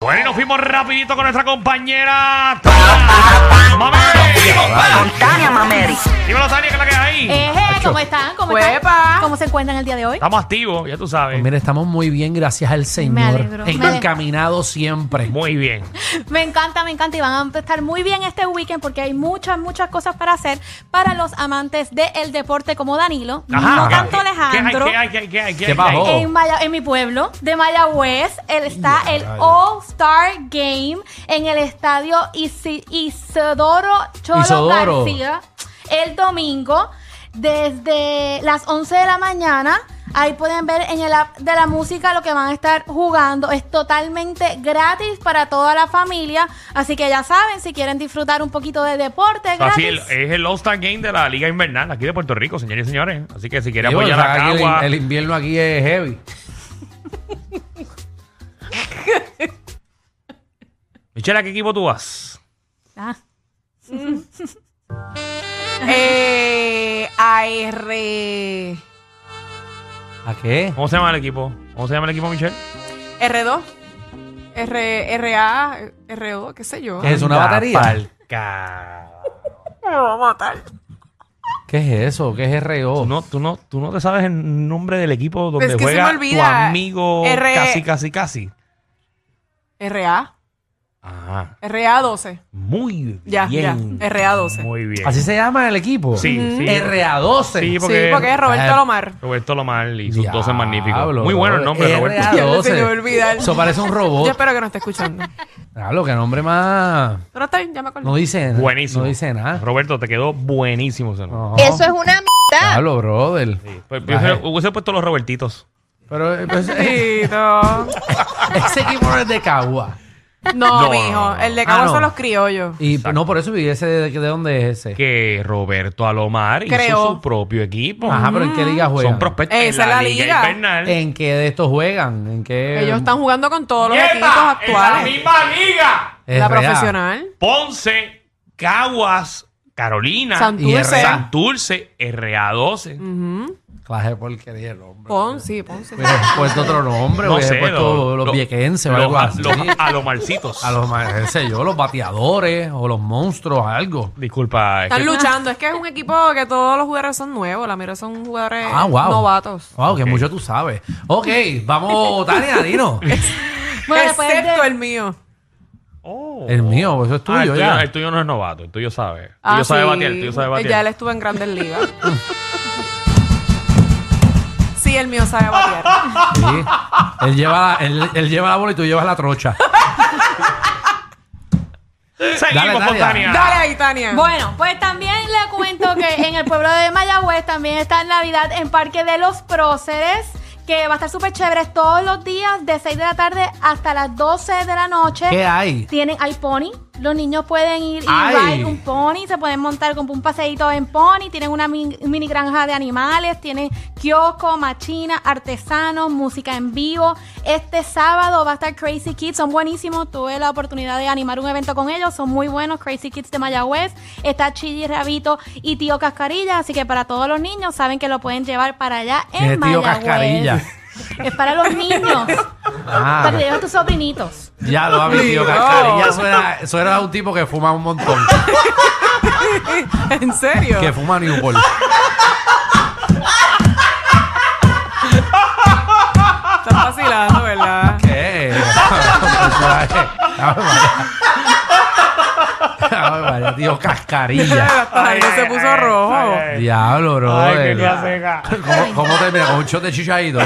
Bueno, y nos fuimos rapidito con nuestra compañera. ¡Mami! Tania Mameri. Dímelo, Tania, que es la que hay. Eh. Eje, Eh, ¿cómo están? ¿Cómo Huepa. están? ¿Cómo se encuentran el día de hoy? Estamos activos, ya tú sabes. Pues mira, estamos muy bien, gracias al Señor. alegro. Me ale- Encaminado siempre. Muy bien. Me encanta, me encanta y van a estar muy bien este weekend porque hay muchas, muchas cosas para hacer para los amantes del deporte como Danilo, no tanto ¿Qué- Alejandro. ¿Qué hay, qué hay, qué hay, qué hay? ¿Qué bajó? Eh, hay? En, Maya- en mi pueblo de Mayagüez él está el rayos. All Star Game en el estadio Isi- Isidoro Cholo Isidoro. García el domingo desde las 11 de la mañana. Ahí pueden ver en el app de la música lo que van a estar jugando. Es totalmente gratis para toda la familia. Así que ya saben, si quieren disfrutar un poquito de deporte Así el- gratis. eh. es el All-Star Game de la Liga Invernal aquí de Puerto Rico, señores y señores. Así que si quieren Digo, apoyar o sea, a aquí el- pues, Cagua, el, invierno aquí es heavy. Michelle, ¿a qué equipo tú vas? Ah, Eh, AR. ¿A qué? ¿Cómo se llama el equipo? ¿Cómo se llama el equipo, Michelle? R2. R, RA, RO, qué sé yo. ¿Qué es una Anda batería? pa'l ca- Me va a matar. ¿Qué es eso? ¿Qué es RO? Tú no, tú, no, tú no te sabes el nombre del equipo donde Es que se juega me olvida. tu amigo R- E casi, casi, casi. RA. Ajá. RA12. Muy Ya, bien. ya. RA12. Muy bien. Así se llama el equipo. Sí, sí. RA12. Sí, porque, sí, porque es Roberto Ah, Lomar. Roberto Lomar y sus 12 Diablo, magníficos. Muy bueno el nombre, R.A. Roberto. Ya lo se me olvidar. Eso parece un Yo robot. espero que no esté escuchando. Claro, que nombre más. Pero está bien, ya me acordé. No dice nada. Buenísimo. No dice nada. Roberto, te quedó buenísimo ese nombre. No. Eso es una mierda. Diablo, brother. Pues, yo hubiese- hubiese puesto los Robertitos. Pero eh, pues, eh, Tito. ese equipo no es de Cagua. No, No. mijo. El de Ah, Cabo no. son los criollos. Y no, por eso viviese de, de dónde es ese. Que Roberto Alomar hizo Creo. su propio equipo. Ajá, pero ¿en qué liga juegan? Son prospectos en Esa es la la liga, liga. invernal. ¿En qué de estos juegan? ¿En qué? Ellos están jugando con todos los ¡Yepa! equipos actuales. misma liga. Es la real. profesional. Ponce, Caguas, Carolina, Santurce. Y es real. Santurce, RA12. Ujú. Clase de porquería el hombre. Pon, sí, Ponce. Hubiese puesto otro nombre, No sé, hubiese puesto lo- los lo- viequenses o los, algo a- así. los Alomarcitos. a los, ma- qué sé yo, los bateadores o los monstruos, algo. Disculpa. es que- Están luchando. Es que es un equipo que todos los jugadores son nuevos. La mira son jugadores Ah, wow. novatos. Wow, Ok. que mucho tú sabes. Ok, vamos, Tania, Dino. bueno, después de- Excepto el mío. Oh. El mío, pues eso es tuyo, Ah, el, tuyo ya. el tuyo no es novato, el tuyo sabe. El tuyo Ah, sabe sí. batear, el tuyo sabe batear. Ya él estuvo en Grandes Ligas. sí, el mío sabe batear. Sí. Él lleva, la, él, él lleva la bola y tú llevas la trocha. Seguimos Dale, con Tania. Tania. Dale ahí, Tania. Bueno, pues también le cuento que en el pueblo de Mayagüez también está Navidad en Parque de los Próceres, que va a estar súper chévere todos los días, de 6 de la tarde hasta las 12 de la noche. ¿Qué hay? Tienen, hay pony. Los niños pueden ir y Ay. ride un pony, se pueden montar con un paseíto en pony. Tienen una min- mini granja de animales, tienen kiosco, machina, artesanos, música en vivo. Este sábado va a estar Crazy Kids, son buenísimos. Tuve la oportunidad de animar un evento con ellos, son muy buenos. Crazy Kids de Mayagüez, está Chili Rabito y Tío Cascarilla. Así que para todos los niños, saben que lo pueden llevar para allá ¿Qué en es Tío Mayagüez. Cascarilla? Es para los niños, para que Ah, lleven a tus sobrinitos. ya lo ha metido. No. Cascarilla suena, suena a un tipo que fuma un montón. ¿En serio? Que fuma Newport. Estás vacilando, ¿verdad? ¿Qué? Ave María. Ave María, tío, cascarilla. Ay, pues, se puso rojo. Diablo, eh. bro. Ay, qué claseca. ¿Cómo, ¿Cómo te mira? Con un shot de chichadito.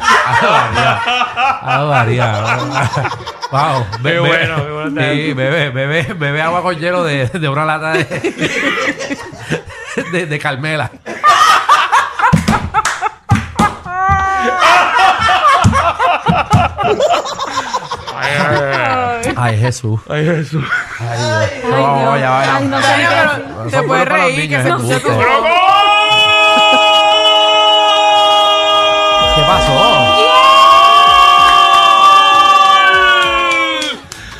Ave María. Ave María. Wow. Be- Qué be- bueno, qué bueno está Sí, bebé, bebé, bebé agua con hielo de, de una lata de, de, de Carmela. Ay, ay, Ay, Jesús. ay, Jesús. Ay, Ay, Dios. No, Dios. ya va, ya Ay, no va. sé ni qué Tania, decir. pero Pero te puedes son buenos para los reír, que niños, se es escucha tu embuste. ¡Pero voz. gol! ¿Qué pasó?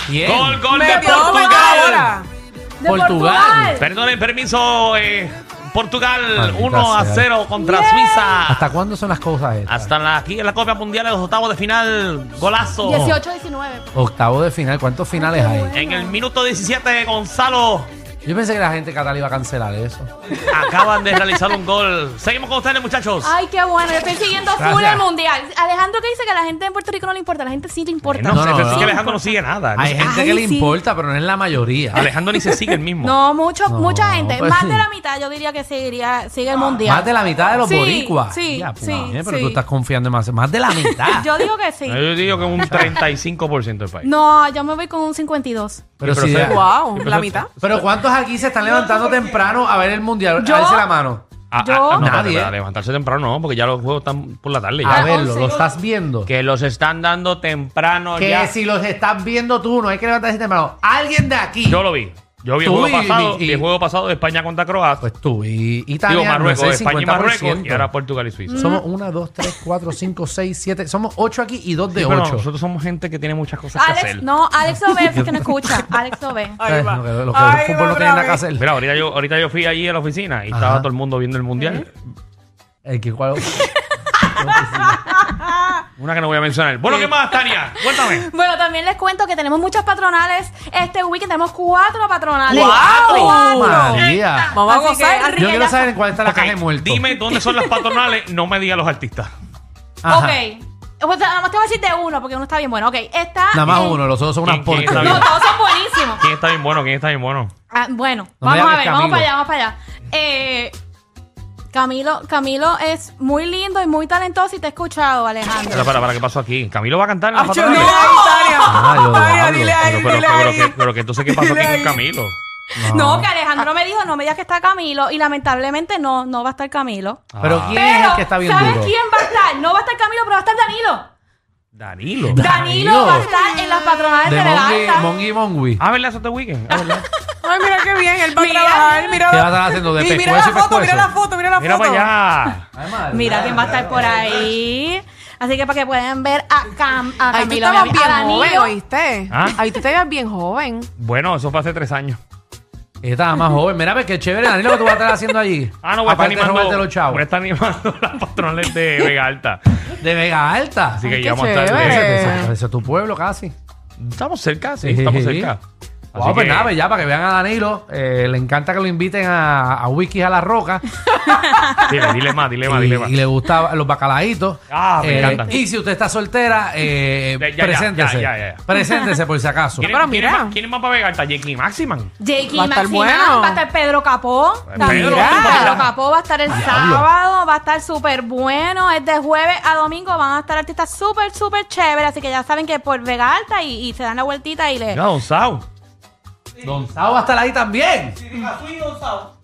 ¿Quién? ¡Gol, gol de Metió, metió la Portugal! bola. De Portugal. Portugal. Perdón el permiso, eh, Portugal Maldita 1 a sea. 0 contra Suiza. ¿Hasta cuándo son las cosas estas? Hasta la- aquí en la Copa Mundial de los octavos de final. Oh. Golazo. 18-19. Octavo de final. ¿Cuántos finales hay? En el minuto 17, Gonzalo Yo pensé que la gente catalana iba a cancelar eso. acaban de realizar un gol. Seguimos con ustedes, muchachos. Ay, qué bueno. Yo estoy siguiendo full Gracias. el mundial. Alejandro que dice que a la gente en Puerto Rico no le importa. A la gente sí le importa. no, No, sé, no, pero no. es que Alejandro no sigue nada. No Hay sé- gente Ay, que le sí. importa, pero no es la mayoría. Alejandro ni se sigue el mismo. No, mucho, No, mucha gente. pues Más sí. de la mitad yo diría que seguiría, sigue el mundial. Más de la mitad de los Sí, boricuas. sí, Ya, pues, sí, eh, pero sí. tú estás confiando en más. Más de la mitad. Yo digo que sí. Yo digo que un 35% del país. No, yo me voy con un 52. pero, Sí, pero sí, soy ya. Wow, Empezó- la mitad. pero ¿cuántos aquí se están levantando temprano a ver el mundial? Yo- A verse la mano. Ah, ah, Yo- ah, no, espérate, Nadie. espérate, levantarse temprano no, porque ya los juegos están por la tarde. A Ya. ver. verlo, once. ¿lo estás viendo? Que los están dando temprano Que Oh, ya. si los estás viendo tú, no hay que levantarse temprano. Alguien de aquí. Yo lo vi. Yo vi el Tú juego y- pasado. y- vi el juego pasado de España contra Croacia. Pues tú y Italia. digo, Marruecos, no es el España y Marruecos. 50%. Y ahora Portugal y Suiza. Mm. Somos 1, 2, 3, 4, 5, 6, 7. Somos 8 aquí y 2 de Sí, pero 8. nosotros somos gente que tiene muchas cosas que Alex, hacer. no, Alex lo ve porque no escucha. Alex lo ve. Ahí va. Lo que, lo que Ahí el va fútbol no otra tiene nada que vez. hacer. Mira, ahorita yo, ahorita yo fui allí a la oficina y Ajá. estaba todo el mundo viendo el mundial. Eh, que cuál- Una que no voy a mencionar. Bueno, ¿qué más, Tania? Cuéntame. Bueno, también les cuento que tenemos muchas patronales. Este weekend tenemos cuatro patronales. ¡Cuatro! ¡Oh, María! Vamos a Así que gozar. arriba. Yo quiero saber en cuál está la Ok, caja de muertos. Dime dónde son las patronales, no me digas los artistas. Ajá. Ok. Pues, nada más te voy a decir de uno porque uno está bien bueno. Ok, está. Nada más en- uno, los otros son unas ¿Quién- quién porcas. está No, bien? todos son buenísimos. ¿Quién está bien bueno? ¿Quién está bien bueno? Ah, bueno, No me vamos a hables, ver, vamos Camilo. para allá, vamos para allá. Eh, Camilo, Camilo es muy lindo y muy talentoso y te he escuchado, Alejandro. Para, para, para, ¿qué pasó aquí? ¿Camilo va a cantar en las Ay, Ah, yo- no, patronales? Italia. Ah, yo Tania, hablo, dile a Pero, él, pero, dile pero, a pero, él. que, pero que entonces, ¿qué pasó aquí Dile con ahí. Camilo? No, que Alejandro me dijo, no me digas que está Camilo y lamentablemente no, no va a estar Camilo. Pero Ah, ¿quién es Pero, el que está bien ¿sabes duro? quién va a estar? No va a estar Camilo, pero va a estar Danilo. Danilo. Danilo, Danilo. va a estar en las patronales de, De la Mongi, alta. Mongi Mongui. Ah, ¿verdad? Eso este weekend. Ah, ¿verdad? Ay, mira qué bien, él va Mira. a trabajar. Mira, ¿Qué va a estar haciendo de Y mira la pescuezo y foto, mira la pescuezo? foto, mira la Mira foto. para allá. Mira quién va a estar por ahí. Así que para que puedan ver a, Cam, a Ahí tú Camilo, estabas mi amigo, bien a joven, Danilo. ¿oíste? ¿Ah? Ahí tú te veías bien joven. Bueno, eso fue hace tres años. Ella estaba más joven. Mira, ve qué chévere, Danilo, que tú vas a estar haciendo allí. Ah, no, voy a estar Aparte de robarte animando. los chavos. Voy a estar animando las patronales de Vega Alta. De Vega Alta. Así que Ay, ya qué vamos a estar. chévere. eh, Eso es tu pueblo casi. Estamos cerca, sí, Sí. estamos cerca. Así Wow, pues que- nada, pues ya para que vean a Danilo, eh, le encanta que lo inviten a, a Wikis a la Roca Dile, dile más, dile más, y, dile más. y le gustan los bacalaitos. Eh, Ah, me encantan. Y si usted está soltera, eh, Ya, ya, ya, preséntese. ya, ya, ya. Preséntese por si acaso. ¿Quién, es- Pero quién es mira. Eh. más- ¿Quién es más para Vega Alta? Jake y Maximan. Jakey Va a estar Maximán, bueno. va a estar Pedro Capó. también. Pedro, Pedro, mira. Capó va a estar el sábado, va a estar súper bueno. Es de jueves a domingo, van a estar artistas súper, súper chéveres. Así que ya saben que por Vega Alta y, y se dan la vueltita y le. Mira, Don Sao. Don Sao va a estar ahí también.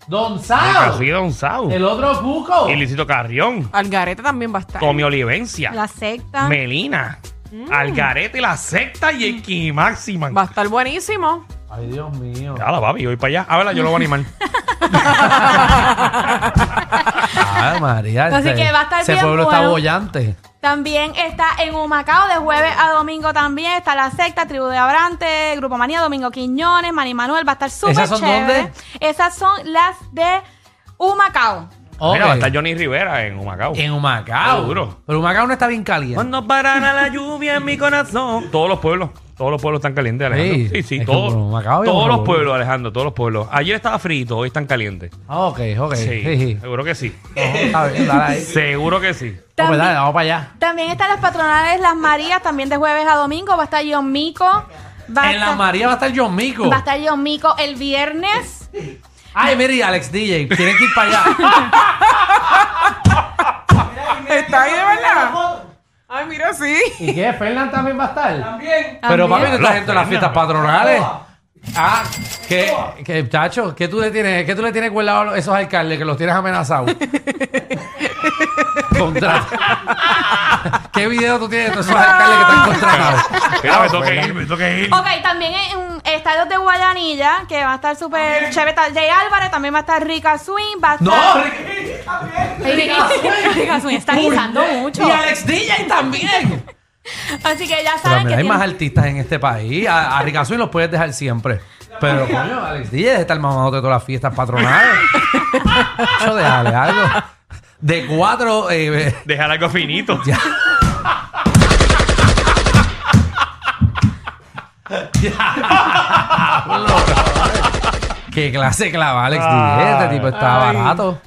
Don Sao. Así Don Sao. Ah. El otro cuco. Y Licito Carrión. Algarete también va a estar. Tommy Olivencia. La secta. Melina. Mm. Algarete, la secta Jake y Maximan. Va a estar buenísimo. Ay, Dios mío. Ala, papi, voy para allá. A verla, yo lo voy a animar. Ay, Ah, María. este Así que va a estar ese bien pueblo está bueno. bollante. También está en Humacao de jueves a domingo también. Está la secta, Tribu de Abrante, Grupo Manía, Domingo Quiñones, Manny Manuel. Va a estar súper ¿Esas son chévere. dónde? Esas son las de Humacao. Mira, va a Ok. estar Johnny Rivera en Humacao. En Humacao. Seguro. Pero Humacao no está bien caliente. Cuando parará la lluvia en mi corazón. Todos los pueblos. Todos los pueblos están calientes, Alejandro. Sí, Sí. sí, Es que todos. como Humacao y Todos Humacao. los pueblos, Alejandro, todos los pueblos. Ayer estaba frito, hoy están calientes. Ah, ok, ok. Sí. Pues, Sí, sí. seguro que sí. Está bien, dale ahí. Seguro que sí. Oh, pues También- dale, vamos para allá. También están las patronales Las Marías, también de jueves a domingo. Va a estar John Mico. Va, a En la estar- María va a estar John Mico. va a estar John Mico el viernes. Ay, mira, y Alex DJ, tienen que ir para allá. Está ahí de verdad. Ay, mira, sí. ¿Y qué? ¿Fernán también va a estar? También. También. Pero papi, ¿tú Hola, estás gente en las Fernan. fiestas patronales? Ah, ¿qué, qué, chacho? ¿Qué tú le tienes, qué tú le tienes cuelado a esos alcaldes que los tienes amenazados? Contrata. ¿Qué video tú tienes de todos esos alcaldes que están Ah, contratados? Mira, me toca ir, me toca ir. Ok, también en- está los de Guayanilla, que va a estar súper chévere. Está Jay Álvarez, también va a estar Rica Swing. Va a estar... ¡No! Rica Swing. Rica Swing está guisando mucho. ¡Y Alex DJ también! Así que ya Pero saben que mira, hay más tienen- artistas en este país. A, a Ricazú y los puedes dejar siempre. Pero, coño, Alex DJ debe estar mamado de todas las fiestas patronales. Yo déjale algo. De cuatro. eh, eh, Dejar algo finito. ya. Diablo, cabrón. Qué clase clava, Alex. Díez. Este tipo está Ay. barato.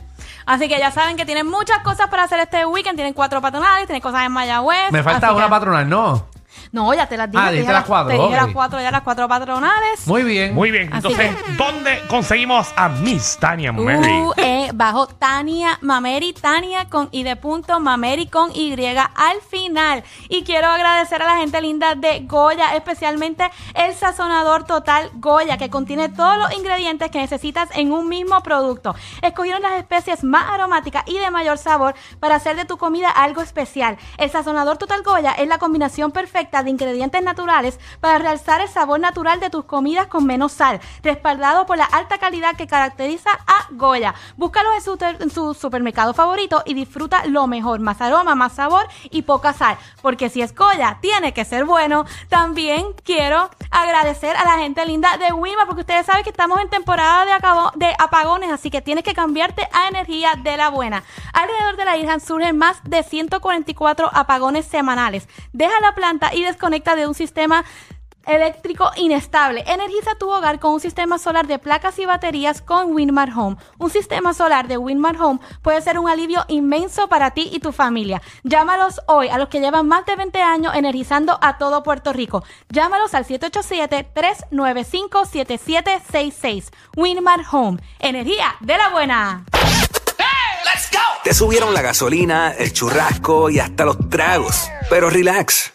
Así que ya saben que tienen muchas cosas para hacer este weekend. Tienen cuatro patronales, tienen cosas en Mayagüez. Me falta Así una que- patronal, ¿no? No, ya te las dije. Ah, te dijiste dije las cuatro, Te dije ok. las cuatro, ya las cuatro patronales. Muy bien. Muy bien. Así Entonces, ¿dónde conseguimos a Miss Tania Mary? U, E, bajo Tania Mameri, Tania con I de punto, Mameri con Y al final. Y quiero agradecer a la gente linda de Goya, especialmente el sazonador total Goya, que contiene todos los ingredientes que necesitas en un mismo producto. Escogieron las especies más aromáticas y de mayor sabor para hacer de tu comida algo especial. El sazonador total Goya es la combinación perfecta de ingredientes naturales para realzar el sabor natural de tus comidas con menos sal, respaldado por la alta calidad que caracteriza a Goya. Búscalo en su, ter- en su supermercado favorito y disfruta lo mejor, más aroma, más sabor y poca sal, porque si es Goya, tiene que ser bueno. También quiero agradecer a la gente linda de Wima, porque ustedes saben que estamos en temporada de, acabo- de apagones, así que tienes que cambiarte a energía de la buena. Alrededor de la isla surgen más de 144 apagones semanales. Deja la planta y desconecta de un sistema eléctrico inestable. Energiza tu hogar con un sistema solar de placas y baterías con Winmar Home. Un sistema solar de Winmar Home puede ser un alivio inmenso para ti y tu familia. Llámalos hoy a los que llevan más de 20 años energizando a todo Puerto Rico. Llámalos al 787-395-7766. Winmar Home. Energía de la buena. Te subieron la gasolina, el churrasco y hasta los tragos. Pero relax,